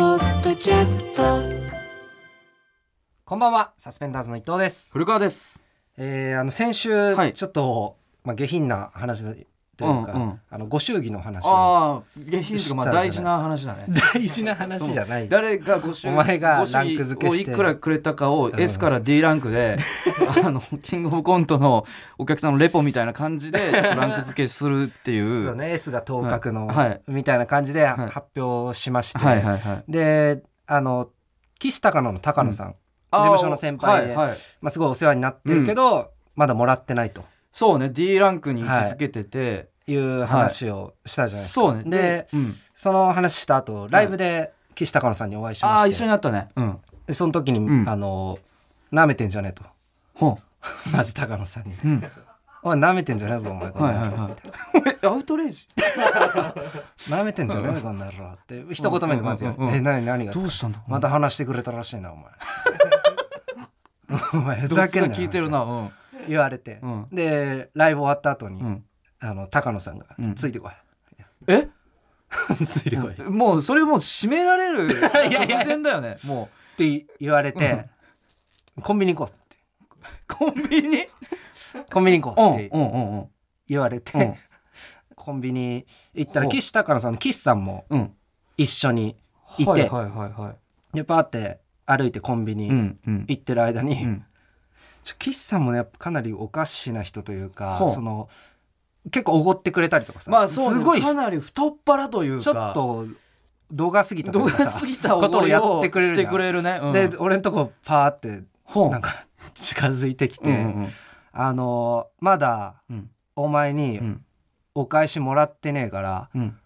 キャストこんばんは、サスペンダーズの伊藤です。古川です。えー、あの先週、はいちょっと、まあ、下品な話というか、うんうんあのご祝儀の話を。ああ、下品というかまあ知った大じ事ゃなな話だね。 大事な話じゃない。そう誰がご主お前がご主ランク付けしてをいくらくれたかをん S から D ランク で、あのキングオブコントのお客さんのレポみたいな感じでランク付けするっていそうう。ね、S が当確の、はいみたいな感じでい発表しまして、はいはいはい。で、あの岸高野の高野さん、あー事務所の先輩ではいはい。まあすごいお世話になってるけど、まだもらってないとそうね、D ランクに位置づけてて、いう話をしたじゃないですか。そうね。で、うん、その話した後、ライブで岸高野さんにお会いしまして、ああ一緒になったね。うん。でその時に、んあの舐めてんじゃねえと。ほん。まず高野さんにうん。 「おい舐めてんじゃねえぞお前こんはいなはいのはい。 えアウトレイジ。舐めてんじゃねえぞこんな野郎」って一言目でまず言わうんうんうんれて「え何何がですどかうしたんだ。また話してくれたらしいなお 前」お前ふドざスけがんなよ聞いてるな。うん。言われて、うんでライブ終わった後に、うん。あの高野さんがう「んついてこい」 え？ついてこい」っもうそれもう締められる いやいや直前だよねもて言われて、コンビニ行こう」ってうコンビニ「コンビニ行うんこう」ってうんうんうん言われて、うんコンビニ行ったらほう岸高野さんの岸さんもうん一緒にいて、はいはいはいはでパーって歩いてコンビいニうんうん行ってる間に、うんちょ岸さんもねやっぱかなりおかしな人というかほうその結構おごってくれたりとかさ、まあそうすねごいしかなり太っ腹というかちょっと度が過ぎたとい動うか画さすぎたおことをごりやをってくれるじしゃんてくれるねうんで俺のとこパーってほうなんか近づいてきて、うんうんあのーまだうんお前にうんお返しもらってねえから、うん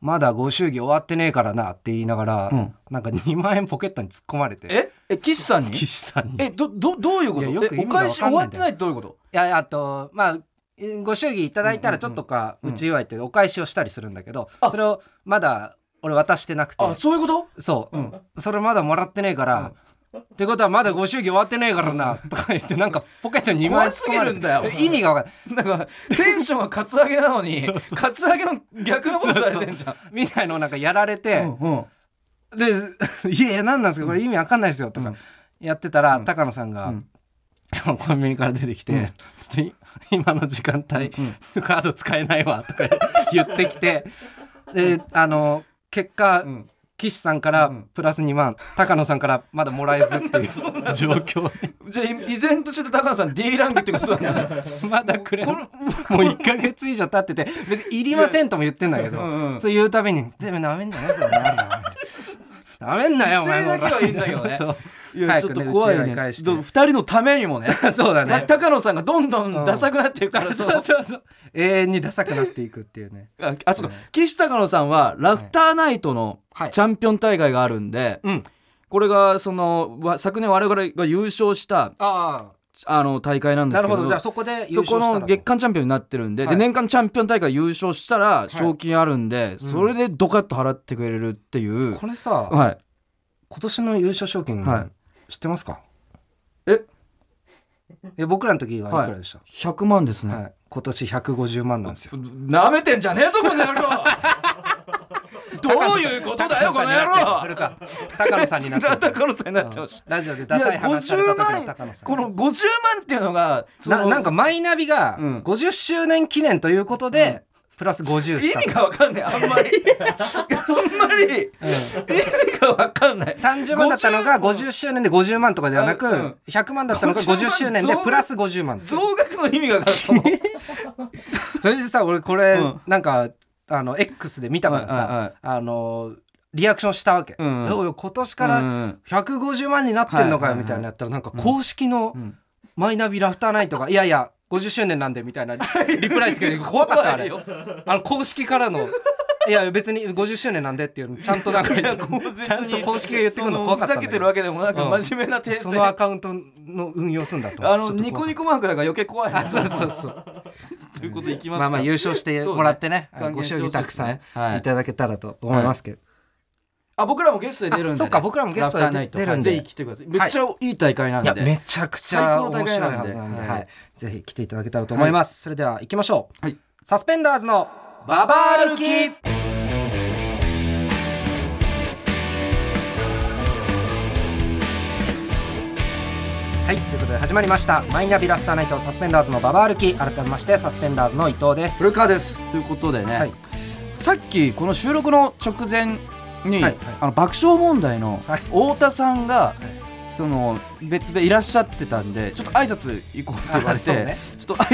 まだご祝儀終わってねえからなって言いながら、うんなんか2万円ポケットに突っ込まれてええ岸さんに岸さんにえどどどういうこいやよとくえ意味おが返わしか終んなわいんってだよないってどういうこといやあとまあえご祝儀いただいたらちょっとかうんうんううんち祝いってお返しをしたりするんだけど、あそれをまだ俺渡してなくてあそういうことそう、うんそれまだもらってねえから、ってことはまだご祝儀終わってねえからなとか言ってなんかポケットに2枚怖すぎるんだよ意味が分かんないなんかテンションがカツアゲな のにカツアゲの逆のことされてんじゃんみたいのをなんかやられうてん、うんで「いやいや何なんですかこれ意味わかんないですよ」とかやってたら、ん高野さんが、うんそのコンビニから出てきて、う んちょっとい今の時間帯、 カード使えないわとか言ってき て、で、あの、結果、ん岸さんからうんプラス2万、高野さんからまだもらえず っていう状況じゃあ 依然として高野さん D ランクってことなんですね。で、まだくれないもう1か月以上経ってて、別にいりませんとも言ってんだけど、いやうんう んそう言うたびに、全部なめんなよ、それ なめんなよ、お前威勢だけはいいんだけどねそういやちょっと怖い早くねうちね。に返ちしょってと二人のためにもね。 そう だたね。高野さんがどんどんダサくなっていくから、そ そうのそうそう。永遠にダサくなっていくっていうね。ああそうか岸高野さんはラフターナイトのはいチャンピオン大会があるんで、うん。これがそのわ昨年我々が優勝したああの大会なんあ、でなすけるどほど。じゃあそこで優そ勝したこらの月間チャンピオンになってるんで,、はいで年間チャンピオン大会優勝したらい賞金あるんで、それでドカッと払ってくれるっていう、これさ、はい、今年の優勝賞金、は知ってますかええ僕らの時はいくらでした、 100万ですね、はい今年150万なんですよなめてんじゃねえぞこの 野郎どういうことだよこの野郎古川高野さんになってる高野さんになってましたラジオでダいサやい話され50た時の高野万さんこの50万っていうのがそのななんかマイナビがうん50周年記念ということで、プラス50意した味がわかんな いあんまりあんまり意味がわかんない30万だったのが50 50周年で50万とかではなく、うん100万だったのが50周年でプラス50万増額の意味がわかんないその それでさ俺これ、うんなんかあの X で見たからさ、はいはいはいあのリアクションしたわけ、うんおいおい今年から150万になってんのかはいよはいはいみたいなやったらなんか公式のんマイナビラフターナイトが「いやいや50周年なんで」みたいなリプライつけて怖かったあ怖いれよあの公式からの「いや別に50周年なんで」っていうのちゃんとなんかちゃんと公式が言ってくるの怖かったんだふざけけてるどわけでもなくうん真面目な訂そのア正カウントの運用すんだとあちのょっと怖かったニコニコマークだから余計怖いなあそうそうそうということでいきまますかあまあ優勝してもらってねそうねご祝儀たくさんはいいただけたらと思いますけど、あ僕らもゲストで出るんで、ね、あそっか僕らもゲストでラフターナイト出るんでぜひ来てくださいめっちゃいい大会なんいで、やめちゃくち最ゃ高の面大白会いなんはでずなんで、はいはいぜひ来ていただけたらと思います、それでは行きましょう、はいサスペンダーズのババ歩きババはいということで始まりましたマイナビラフターナイトサスペンダーズのババ歩き改めましてサスペンダーズの伊藤です古川ですということでね、はいさっきこの収録の直前に、はいはいあの爆笑問題のはい太田さんが、その別でいらっしゃってたんでちょっと挨拶行こうって言われて、あそうねちょっと挨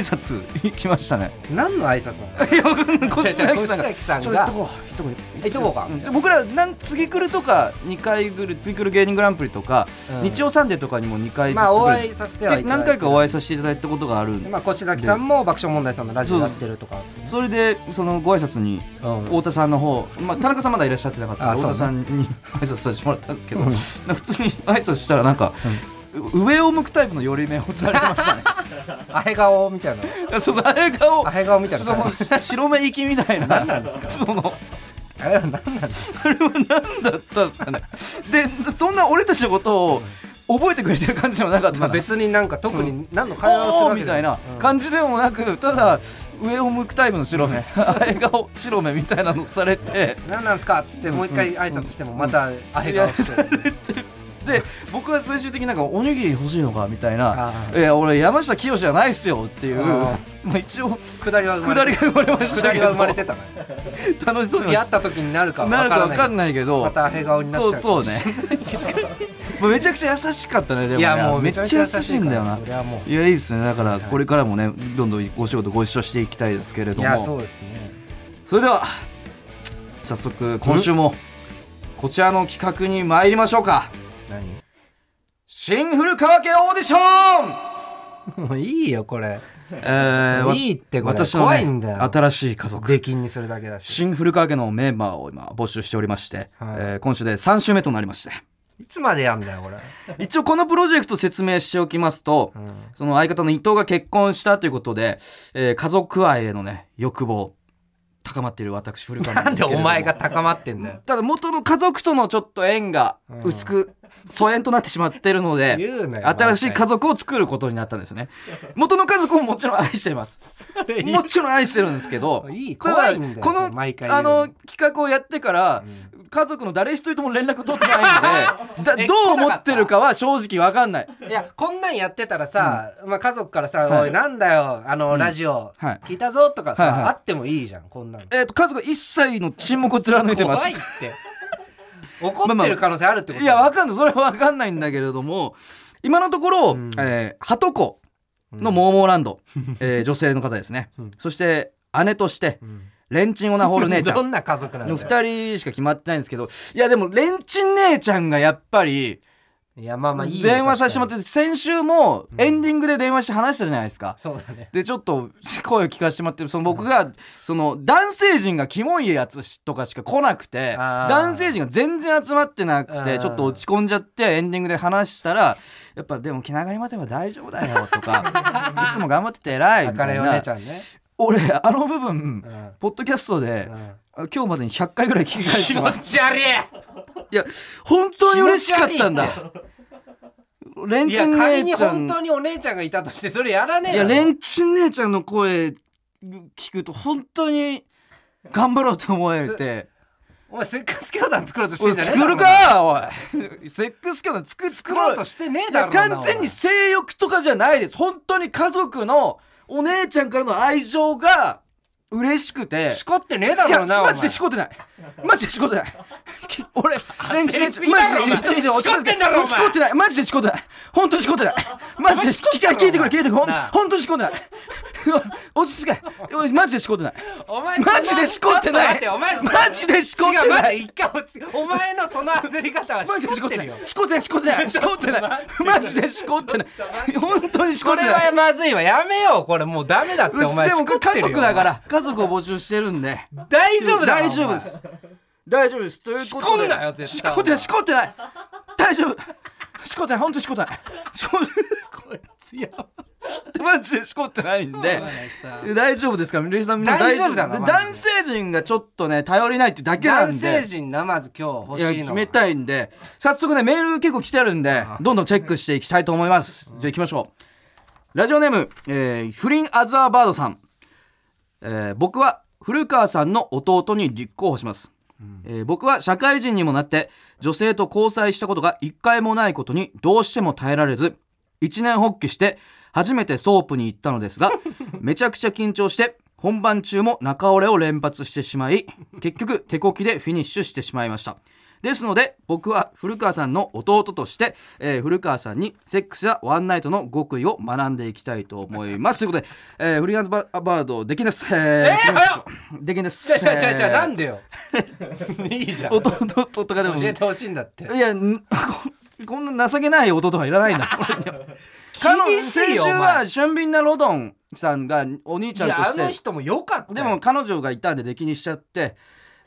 拶行きまし たね。何の挨拶なの いや僕小越杉崎さんさんががさんちょっとがこうとこ行っとこうかんで僕らなん次来るとか2回ぐる次来る芸人グランプリとか、うん日曜サンデーとかにも2回ずつまあおぐら会いいさせてはいでただい何て回かお会いさせていただいたことがあるんででまあ越崎さんも爆笑問題さんのラジオやってるとかそれでそのご挨拶にうん太田さんの方、まあ、田中さんまだいらっしゃってなかったんあでそう太ね田さんに挨拶させてもらったんですけど、なんか普通に挨拶したらなんか、上を向くタイプの寄り目をされてましたねあへ顔みたいな そうそうあれ顔あへ顔みたいなその白目行きみたいな何なんですかそのあれは何なんですかあれは何だったんですかねでそんな俺たちのことを覚えてくれてる感じでもなかったまな、あ別になんか特に何の会話をするわおーけでみもたいなうん感じでもなくただ上を向くタイプ の白目笑顔白目みたいなのされて何なんすかっつってもう一回挨拶してもまたあへ顔してで僕は最終的になんかおにぎり欲しいのかみたいなあ「ーいや俺山下清じゃないっすよ」っていうあまあ一応下りは生ま下れりてが生まれました下けりどは生まれてたのよ楽しそう次に会った時になるかわなるかから分かないんないけどまたあへ顔になっちゃうそうそうねまあめちゃくちゃ優しかったねでもねいやもうめっちゃ優しいんだよめちゃなくちゃ優しいからそれはもういやいいですねだからこれからもねどんどんお仕事ご一緒していきたいですけれどいもやそうですねそれでは早速今週もこちらの企画に参りましょうか何新古川家オーディション、もういいよこれえもういいってこれ私の、ね、怖いんだよ新しい家族出禁にするだけだし新古川家のメンバーを今募集しておりまして、はいえー今週で3週目となりましていつまでやんだよこれ一応このプロジェクト説明しておきますと、うんその相方の伊藤が結婚したということで、えー家族愛へのね欲望高まっている私古川なんでですけれおども前が高まってんだよただ元の家族とのちょっと縁が薄く疎遠となってしまってるので 言うなよ新しい家族を作ることになったんで すね元の家族ももちろん愛しています れいいもちろん愛してるんですけど いいただ怖いんだよこそれ毎回の言あうのの企画をやってから家族の誰一人とも連絡取ってないんで だえどう思ってるかは正直わか んないい やこんなんやってたらさ、まあ、家族からさ「おいなんだよあの、ラジオ、はい聞いたぞ」とかさ、はいはいあってもいいじゃんこんなのえっ、と家族一切の沈黙を貫いてま怖すいって怒ってる可能性あるってこといや、わかんない。それはわかんないんだけれども、今のところ、えー、ハトコのモーモーランド、えー女性の方ですね。そして、姉として、レンチンオナホール姉ちゃどんんな家族なんだよの二人しか決まってないんですけど、いや、でも、レンチン姉ちゃんがやっぱり、いやまあまあいいよ電話させても確らって、先週もエンディングで電話して話したじゃないですか。かにそうだねでちょっと声を聞かせてもらってその僕がその男性陣がキモいやつとかしか来なくてあー男性陣が全然集まってなくうてんちょっと落ち込んじゃってエンディングで話したらやっぱでも気長に待てば大丈夫だよと かいつも頑張ってて偉いみあかたれいお姉なちゃんね俺あの部分んポッドキャストでうん今日までに100回ぐらい聞き返し気て 持ますち悪いいや本当に嬉しかったんだ気持ち悪いレンいチやン仮姉にちゃ本ん当にお姉ちゃんがいたとしてそれやらねえいやレンンチン姉ちゃんの声聞くと本当に頑張ろうと思えてお前セックス教団作ろうとしておんじいゃねえ作るだろかおい セックス教団作る作ろうとしてねえいだやろうな完全に性欲とかじゃないです本当に家族のお姉ちゃんからの愛情が嬉しくてしこってねえだいやろうなお前マジでしこってないマジでしこってないき俺レンチン姉ちゃんマジで一人で落ちしこってんだろお前しこってないマジでしこってない本当にしこってないマジで聞いて聞いてくれ聞いてくれほんなあ本当にしこってない 落ち着けおいマジでしこってないお前マジでしこってないちょと待ってお前マジでしこってない違う待って一回落ち着けお前のその焦り方はマジでししここってってなるいよしこってないしこってないしこってないマジでしこってない本当にしここってれないはまずいわやめようこれもうダメだってうおち前でしもこってる家よ族だから家族を募集してるんで大丈夫だろ大丈夫です大丈夫ですということでしこんなよ絶対しこってないしこってない大丈夫しこってない本当にしこってないしここいつやばってマジでしこってないんでいさ 大丈夫ですからリスナーみんな大丈夫だなでマジで男性陣がちょっとね頼りないってだけなん男で性陣なまず今日い欲やしいの決めたいんで早速ねメール結構来てるんでどんどんチェックしていきたいと思いますじゃあ行きましょうラジオネーム、えー、フリン・アザーバードさん、えー僕は古川さんの弟に立候補します、えー僕は社会人にもなって女性と交際したことが一回もないことにどうしても耐えられず一年発起して初めてソープに行ったのですがめちゃくちゃ緊張して本番中も中折れを連発してしまい結局手こきでフィニッシュしてしまいましたですので僕は古川さんの弟として、えー古川さんにセックスやワンナイトの極意を学んでいきたいと思いますということで、えーフリーランスババードできんですええー早っっできんですじゃじゃじゃじゃなんんで よいいじゃん教弟とかでもえてほしいんだっていやん こんな情けない弟はいらな いな厳しいよ先週おは前俊敏なロドンさんがお兄ちいやゃあんとのして人もよかったでよも彼女がいたんで出禁にしちゃって、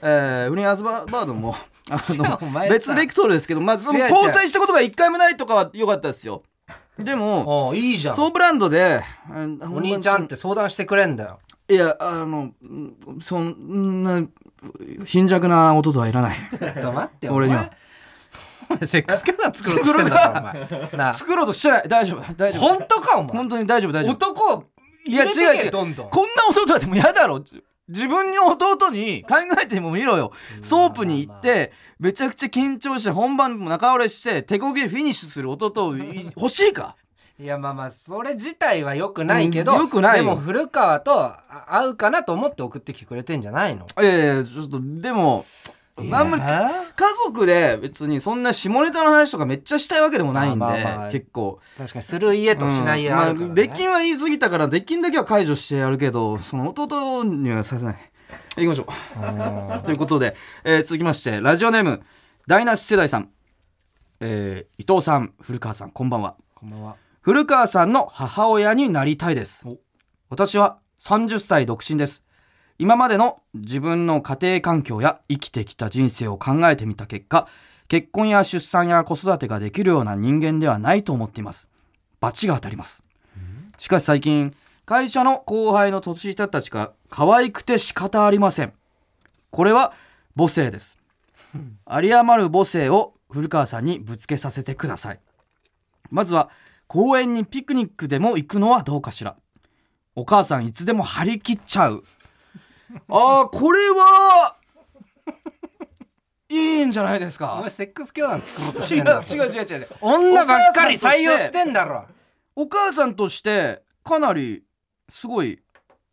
えー、ウニアズババードもあのお前さ別ベクトルですけど、まあ、その違う違う交際したことが一回もないとかは良かったですよでもおういいじゃんソーブランドでうんお兄ちゃんって相談してくれんだよいやあのうんそんな貧弱な弟はいらないちょっと待って俺にはお前セックスキャラ作ろうとしてんだからお前なあ 作ろうとしてない大丈夫大丈夫本当かお前本当に大丈夫大丈夫男をいいやや違違うう違うどんどんこんな弟はでも嫌だろ自分の弟に考えてもみろよソープに行ってめちゃくちゃ緊張して本番も中折れして手こぎでフィニッシュする弟をい欲しいかいやまあまあそれ自体は良くないけど、うん良くないよでも古川とあ合うかなと思って送ってきてくれてんじゃないのいやいやちょっとでもあんまり家え族で別にそんな下ネタの話とかめっちゃしたいわけでもないんで、まあまあまあ結構ー確かにする家としない家あるから、ねまあ、出禁は言い過ぎたから出禁だけは解除してやるけどその弟にはさせない行きましょうということで、えー続きましてラジオネーム台無し世代さん、えー伊藤さん古川さんこんばんはこんばんは古川さんの母親になりたいですお私は30歳独身です今までの自分の家庭環境や生きてきた人生を考えてみた結果結婚や出産や子育てができるような人間ではないと思っています罰が当たりますしかし最近会社の後輩の年下たちが可愛くて仕方ありませんこれは母性です有り余る母性を古川さんにぶつけさせてくださいまずは公園にピクニックでも行くのはどうかしらお母さんいつでも張り切っちゃうあーこれはいいんじゃないですおか前セックス教団作ろうとし違てうんだろ違う違う違う女ばっかり採用してんだろお母さんとしてかなりすごい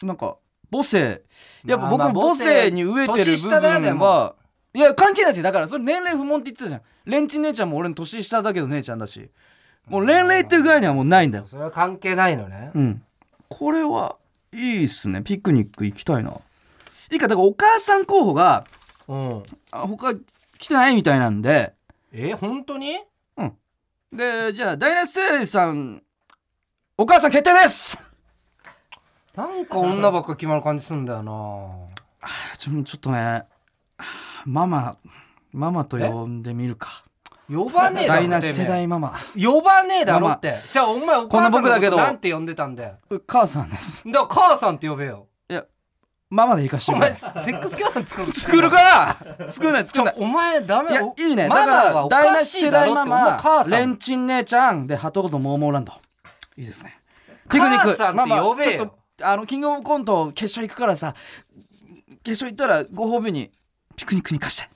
なんか母性やっぱ僕まあまあも母性に飢えてる年部下だよで分はもいや関係ないってだからそれ年齢不問って言ってたじゃんレンチン姉ちゃんも俺の年下だけど姉ちゃんだしもう年齢っていう概念はもうないんだよそれは関係ないのねうんこれはいいっすねピクニック行きたいないいかだからお母さん候補がうんあ他来てないみたいなんでえ本当にでじゃあダイナステイさんお母さん決定ですなんか女ばっか決まる感じすんだよなちょちょっとねママママと呼んでみるか呼ばねえだろ第七てめえ世代ママ呼ばねえだろってじゃあお前おこ母んなさん僕のだけこどとなんて呼んでたんだよ母さんですだから母さんって呼べよいやママで行かしておくれ前セックス教団作る作るか作るない作るないお前ダメいやおいいねだママからはお第か七しい世だ代ろってマお前マ母さレんンチン姉ちゃんでハトコとモーモーランドいいですねテクニック母さんって呼べよママちょっとあのキングオブコント決勝行くからさ決勝行ったらご褒美にピクニックに行かして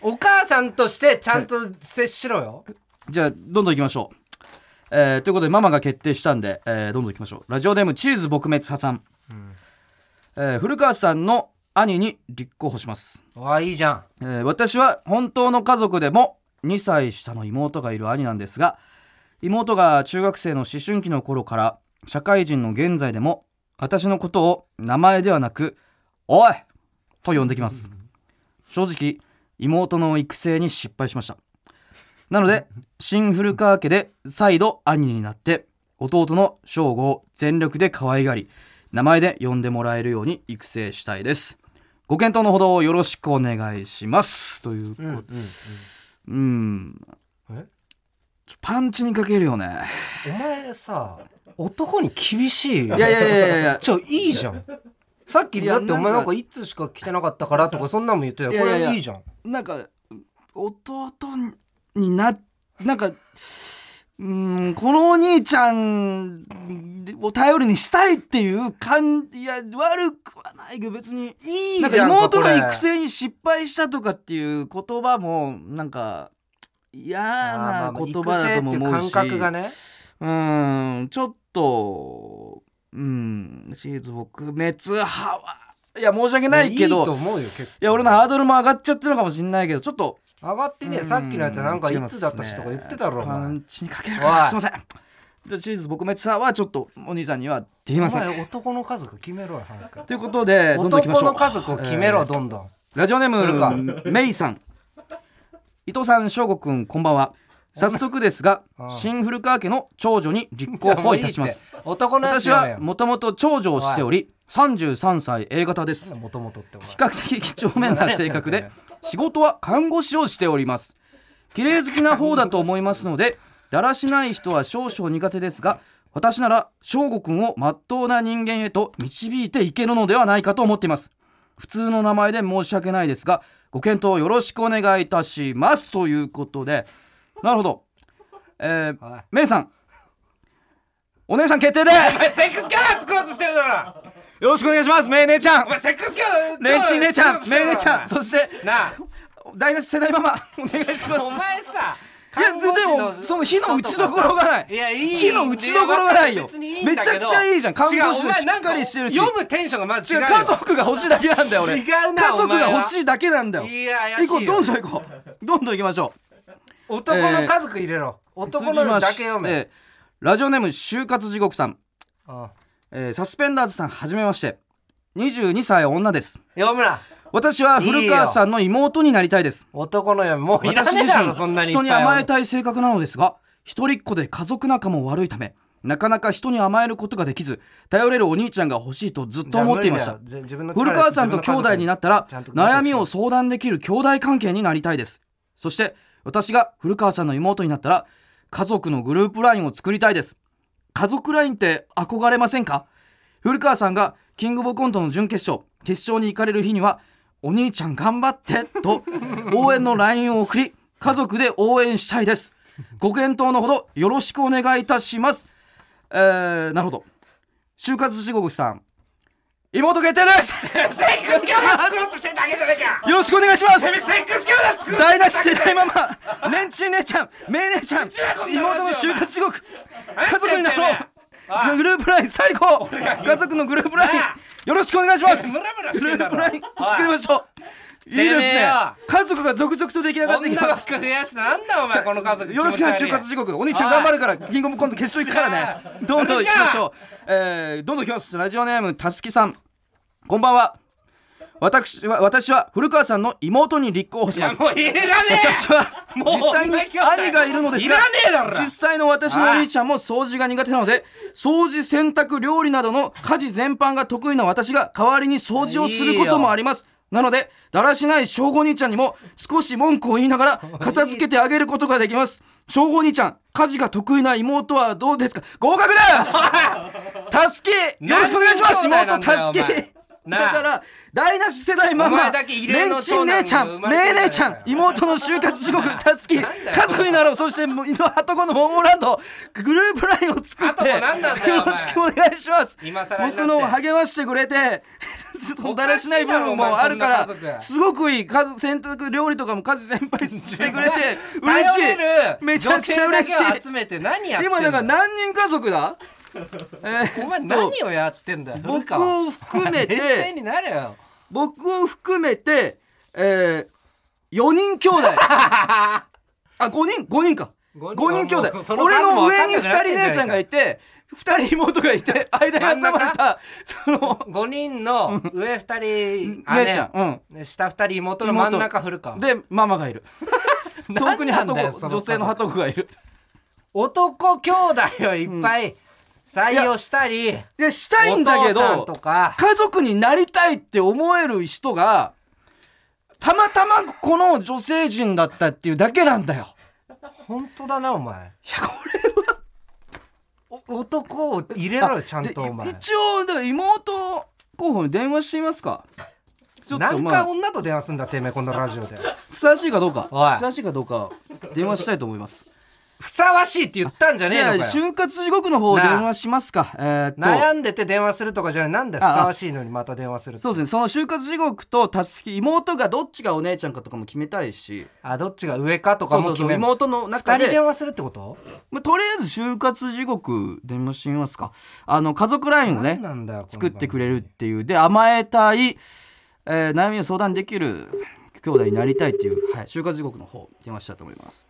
お母さんとしてちゃんと接しろよじゃあどんどん行きましょう。えーということでママが決定したんで、えーどんどん行きましょう。ラジオネームチーズ撲滅破産、えー古川さんの兄に立候補します。あいいじゃんえー私は本当の家族でも2歳下の妹がいる兄なんですが妹が中学生の思春期の頃から社会人の現在でも私のことを名前ではなく「おい!」と呼んできます正直妹の育成に失敗しましたなので新古川家で再度兄になって弟の翔吾を全力で可愛がり名前で呼んでもらえるように育成したいですご検討のほどよろしくお願いしますということうん、えちょパンチにかけるよねお前さ男に厳しいよいやいやいやいやいやちょいいじゃんさっきいやだってお前ななんんかかいつしか来てなかったからとかそんなんも言ってたよこいやいやいやれいいじゃんなんか弟にななんかうんこのお兄ちゃんを頼りにしたいっていう感いや悪くはないけど別にいなんか妹の育成成に失敗したとかっていう言葉もなんか嫌あーまあなまあ言葉だとも思うし育成っていう感覚がねうーんちょっとうんシーズン撲滅派はいや申し訳ないけどいいと思うよ結構いや俺のハードルも上がっちゃってるのかもしんないけどちょっと上がってねうんさっきのやつなんかいつだったし違といかますね言ってたろおパ前ンチにかけるおかいすいませんじゃあシーズン撲滅派はちょっとお兄さんにはできまおせん前男の家族決めろよ早くということでどんどんいきまし男ょうの家族を決めろどんどんラジオネー古ムメイさん伊藤さん翔吾くんこんばんは早速ですがああ新古川家の長女に立候補いたしますじゃあもういいって男のやつ私やめはよもともと長女をしており33歳 A 型なでんすだもともとってお前比較的几帳面な性格で仕事は看護師をしております綺麗好きな方だと思いますのでだらしない人は少々苦手ですが私なら翔吾くんを真っ当な人間へと導いていけるのではないかと思っています普通の名前で申し訳ないですがご検討よろしくお願いいたしますということでなるほどえー、はいメイさんお姉さん決定でお前セックスキャラ作ろうとしてるだろよろしくお願いしますメイ姉ちゃんお前セックスキャラレンチン姉ちゃんメイ姉ちゃんそそしてなあ第七世代ママお願いしますお前さいやででもその火の打ちどころがないいやいい火の打ちどころがないよ別にいいんめだちけどゃくちゃいいじゃん看護師違うおもし前なっんかかりしてるし読むテンションがまあ違違ううよ家族が欲しいだけなんだよ俺違うな家族お前がは欲しいだけなんだよいや怪しいよ行こうどんどん行こうどんどん行きましょう男の家族入れろ、男のだけ読め、えーラジオネーム就活地獄さん、ああえーサスペンダーズさんはじめまして22歳女です読むな私は古川さんの妹になりたいです男の読むもういら私ねえ自だろそんな身に人に甘えいったい性格なのですが一人っ子で家族仲も悪いためなかなか人に甘えることができず頼れるお兄ちゃんが欲しいとずっとぱ思っていましたじゃあ無理だよ自分の力古川さんと兄弟になったらちゃんと悩みを相談できる兄弟関係になりたいですそして私が古川さんの妹になったら家族のグループラインを作りたいです家族ラインって憧れませんか古川さんがキングボコントの準決勝決勝に行かれる日にはお兄ちゃん頑張ってと 応援の LINE を送り家族で応援したいですご検討のほどよろしくお願いいたしますえー、なるほど就活地獄さん妹決定ですセックスキャラ作ろうとしてるだけじゃねえかよろしくお願いしますセックスキャラ作ろうと台無し世代ママレンチン姉ちゃんメイ姉ちゃはんこんな妹の話よ就活地獄家族にな何やってんだろうグループライン最高家族のグループラインなあよろしくお願いしますムラムラしグてルんだーろプライン作りましょういいですてめえねよ家族が続々と出来上がってき女ばまっすか増やしてなんだお前この家族よろしくね就活時刻お兄ちゃん頑張るからキングオブコント決勝行くからねどんどん行きましょう、えー、どんどん行きますラジオネームたすきさんこんばんは私は私は古川さんの妹に立候補しいまやすもういらね私はもう実際に兄がいるのですいがらねえだろ実際の私のお兄ちゃんも掃除が苦手なので掃除洗濯料理などの家事全般が得意な私が代わりに掃除をすることもありますなのでだらしない小五兄ちゃんにも少し文句を言い ながら片付けてあげることができます小五兄ちゃん家事が得意な妹はどうですか合 格です助けえよろしくお願いしますなん妹で兄弟なんだよ助けおだ前なあから台無し世代マおマ前だけ異例のレンチン姉ちゃ長男んが生まれてメイる姉ちゃん妹の就活地 獄たすき家族になろうそしてもう犬はとこのモンゴーランドグループラインを作ってあとこなんなんだよよお前ろしくお願いします今更になって僕のを励ましてくれてだらしない部分もあるかおかしいだろお前こんな家ら族すごくいい家洗濯料理とかも家事先輩してくれて嬉し頼れいめるちゃ女くちゃ性だ嬉けしいを集めて何やってんだ今よだから何人家族だえーお前何をやってんだよ古僕川を含 め冷静てになれよ僕を含めて、えー、4人兄 弟あ五人5人か五5人人も兄う弟その俺数のも上に分2かんなくなってんじゃねえ人か姉ちゃんがいて2人妹がいて間に挟まれたその5人の上2人姉姉ちゃん、ん下2人妹の真ん中古う川ん、でママがいる遠くにハト 何なんだよそコの女性のハトコがいる男兄弟をいっぱい採用したり、いやしたいんだけお父さんどとか家族になりたいって思える人がたまたまこの女性陣だったっていうだけなんだよ本当だなお前いやこれお男を入れろよちゃんとでお前一応だから妹候補に電話してみますかちょっと何ま回あ女と電話すんだてめえこんなラジオでふさわしいかどうかおい ふさわしいかどうか電話したいと思います ふさわしいって言ったんじゃねじえゃあのかよ就活地獄の方なあ電話しますかえーっと悩んでて電話するとかじゃないなんだよふさわしいのにまた電話するってそうですねその就活地獄とたすき妹がどっちがお姉ちゃんかとかも決めたいしあどっちが上かとかそうもそう決そうめる妹の二中人で電話するってことまあ、とりあえず就活地獄で見ましますかあの家族ラインをね何なんだよこの番組作ってくれるっていうで甘えたい、えー悩みを相談できる兄弟になりたいっていう、はい、就活地獄の方電話したいと思います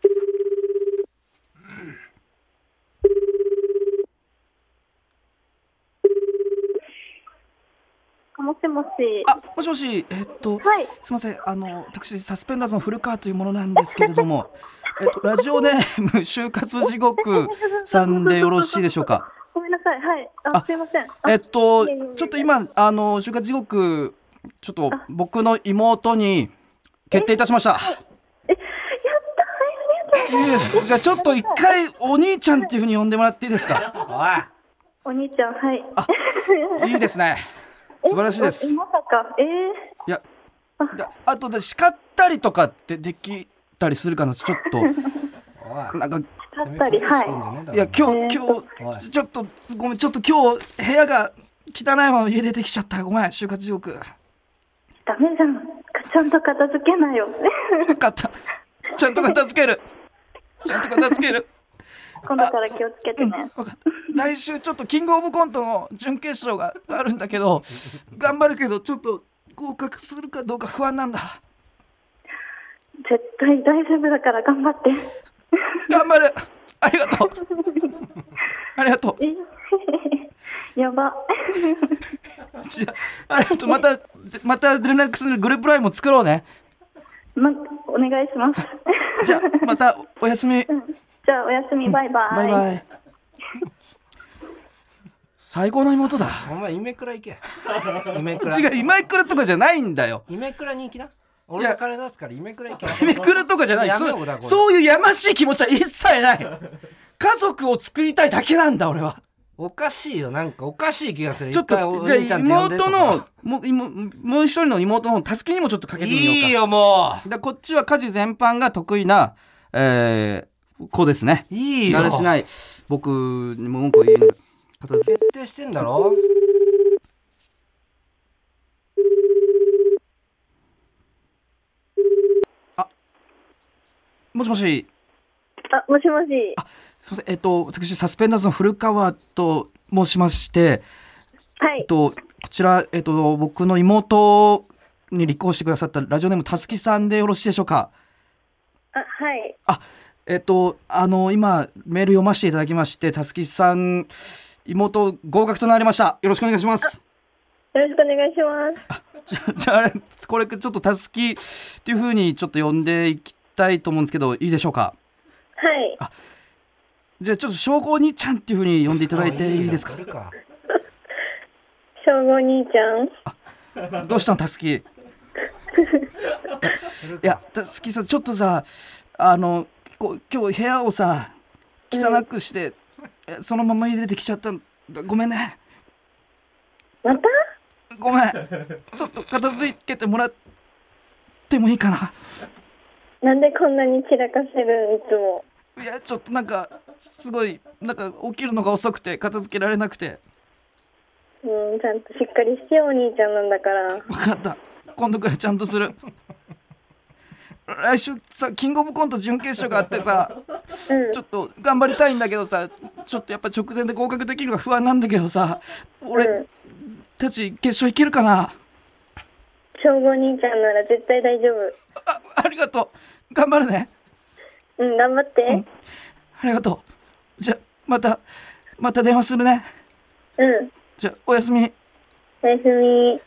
もしもし。あもしもしえーっと、はいすいませんあの私サスペンダーズの古川というものなんですけれどもえっとラジオネーム 就活地獄さんでよろしいでしょうかごめんなさい。はい。あ、あすいません。あえっといえいえいえ、ちょっと今、あの、就活地獄、ちょっと僕の妹に決定いたしました。いいですじゃあちょっと一回お兄ちゃんっていうふうに呼んでもらっていいですかおいお兄ちゃん、はい。 いいですね素晴らしいでえすいまさか。えやであとで叱ったりとかってできたりするかなちょっおいとなんかー、立ったり、はい。いや今え日ー今はい日ちょちょっとごめんちょっと今日部屋が汚いまま家出てきちゃったごめん就活地獄ダメじゃん。ちゃんと片付けなよ。 よかったちゃんと片付けるちゃんと片付ける今度から気をつけてね。わかった来週ちょっとキングオブコントの準決勝があるんだけど頑張るけどちょっと合格するかどうか不安なんだ絶対大丈夫だから頑張って。頑張るありがとうありがとうえやば。 じゃあありがとうまたまた連絡するグループラインも作ろうねま、お願いします。 じゃあまたおやすみじゃあ、おやすみ。バイバイ。バイバイ最高の妹だお前イメクラ行 けイメクラ違う今井くるとかじゃないんだよイメクラ人気な俺が金出すからイメクラ行けめくるとかじゃないやめよそうだうこれそういうやましい気持ちは一切ない家族を作りたいだけなんだ俺はおかしいよなんかおかしい気がするちょっ一回おと兄じちゃゃあんって呼んでと妹かのもう妹もう一人の妹の助けにもちょっとかけてみようかいいよもだこっちは家事全般が得意な、えー子ですねういいよ慣れしない僕にも文句を言えない片付け決定してんだろもしもしあ、もしもし。すいませんえっと私サスペンダーズの古川と申しましてはえっい。と、こちら、えっと、僕の妹に立候補してくださったラジオネームたすきさんでよろしいでしょうか。あ、はい。あ、えっと、あの、今、メール読ませていただきまして、たすきさん、妹合格となりました。よろしくお願いします。よろしくお願いします。じゃ じゃあ、あれこれ、ちょっとたすきっていうふうにちょっと呼んでいきたいと思うんですけど、いいでしょうか。はい。じゃあ、ちょっと証拠お兄ちゃんっていうふうに呼んでいただいていいですかあ。いいよやる正午兄ちゃん。どうしたの、たすき。いや、たすきさん、ちょっとさ、あの、こう今日部屋をさ、汚くして、えそのまま家出てきちゃったんだ。ごめんね。またごめん。ちょっと片付けてもらってもいいかな。なんでこんなに散らかしてるんいつも。いや、ちょっとなんか、すごい、なんか起きるのが遅くて、片付けられなくて。うん、ちゃんとしっかりしてよお兄ちゃんなんだから。わかった。今度からちゃんとする。来週さ、キングオブコント準決勝があってさ、うんちょ。っと頑張りたいんだけどさちょっとやっぱ直前で合格できるのが不安なんだけどさ俺んたち決勝いけるかな正午兄ちゃんなら絶対大丈夫。あありがとう頑張るねうん、頑張って。ありがとうじゃまたまた電話するねうん。じゃおやすみおやすみ。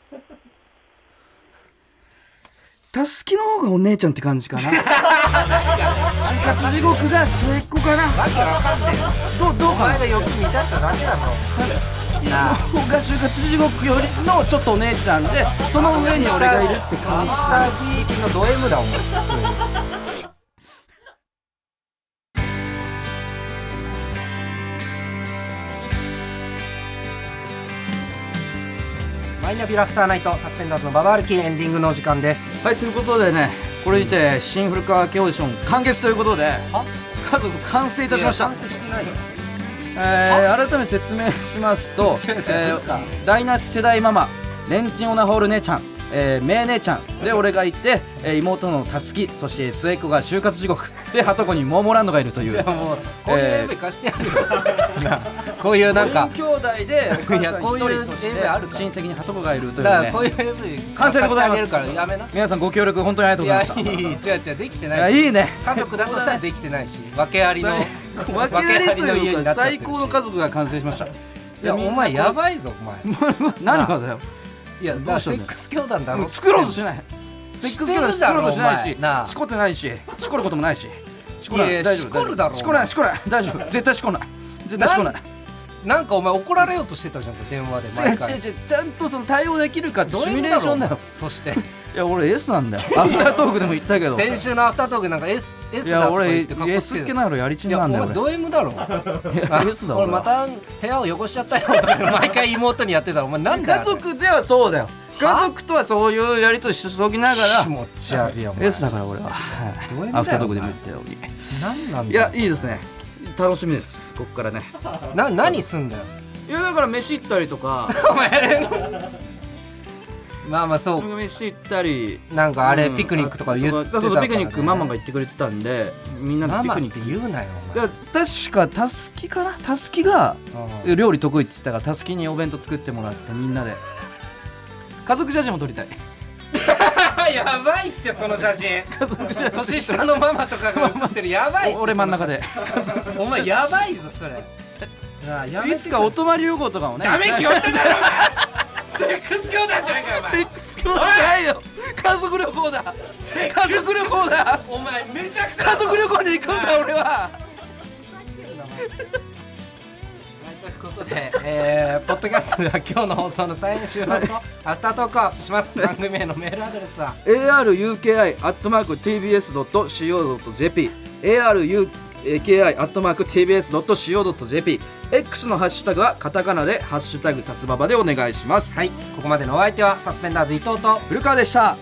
たすきの方がお姉ちゃんって感じかな 就活地獄が末っ子かなどうどうおかな前が欲満たしただけだろなが就活地獄よりのちょっとお姉ちゃんでその上に俺がいるって感じ年下ひいきのド M だお前普通にマイナビラフターナイトサスペンダーズのババ歩きエンディングのお時間ですはいということでねこれにて新古川家オーディション完結ということでは家族完成いたしました完成してないよえー改めて説明しますと違う違うえなんかーダイナス世代ママレンチンオナホール姉ちゃんえー、めい姉ちゃんで俺がいて、えー妹のたすきそして末っ子が就活地獄ではとこにモーモランドがいるというじゃあもうこういうえー AV 貸してやるよ、なこういうなんか四兄弟でお母いさやんこういう一人そして AV あるから親戚にはとこがいるとだいうからこうねいう AV 完成でございます貸してあげるからやめな皆さんご協力本当にありがとういやございましたいいいい違う違うできていなやいいいね家族だとしたらできてないし訳ありの分けありというか最高の家族族が完成しましたいいやお前やばいぞお 前何がだよいやだからセどうしたんだッよクス教団だろもう作ろうとしないセックス教団してるだ作ろろうとしないお前しなあしこってないししこることもないししこいなやいいや大丈夫しこるだろしこないしこない大丈 夫絶対しこない絶対しこないなんかお前怒られようとしてたじゃん電話で違う毎回違う違うちゃんとその対応できるかってどうシいミうュことレーションだろようそ していや俺 S な んだよアフタートークでも言ったけど先週のアフタートークなんか S, S いだやとか言俺ってかっこつ S けっ気てないのやりちんいなやんだおよ前ド俺 M だろ や S だ俺俺また部屋を汚しちゃったよとか毎回妹にやってたらお前なんだよ家族ではそうだよ家族とはそういうやりとりしときなが気ら持ち悪いよお前 S だから俺はド M だよアフタートークでも言ったように何なんいだやよいいですね楽しみですこっからねな何すんだよいやだから飯行ったりと かお前まあまあそう飯行ったりなんかあれうんピクニックとか言ってたそかうそうらねピクニックママが行ってくれてたんでみんなマでピマっクニッてク言うなよお前だから確かたすきかなたすきがうん料理得意っつったからたすきにお弁当作ってもらってみんなで家族写真も撮りたいやばいってその写真年下のママとかが写ってるやばいってお俺真ん中でお前やばいぞそれなあやめていつかお泊まり旅行とかもねダメ行き決たいまってたろお前セックス教団じゃないかよセックス教団じゃないよ家族旅行だ家族旅行だお前お前めちゃくちゃ家族旅行に行くんだ俺はということで、えー、ポッドキャストでは今日の放送の最終版と アフタートークをアップします番組へのメールアドレスは aruki.tbs.co.jp aruki.tbs.co.jp X のハッシュタグはカタカナで「ハッシュタグさすばば」でお願いしますはいここまでのお相手はサスペンダーズ伊藤と古川でした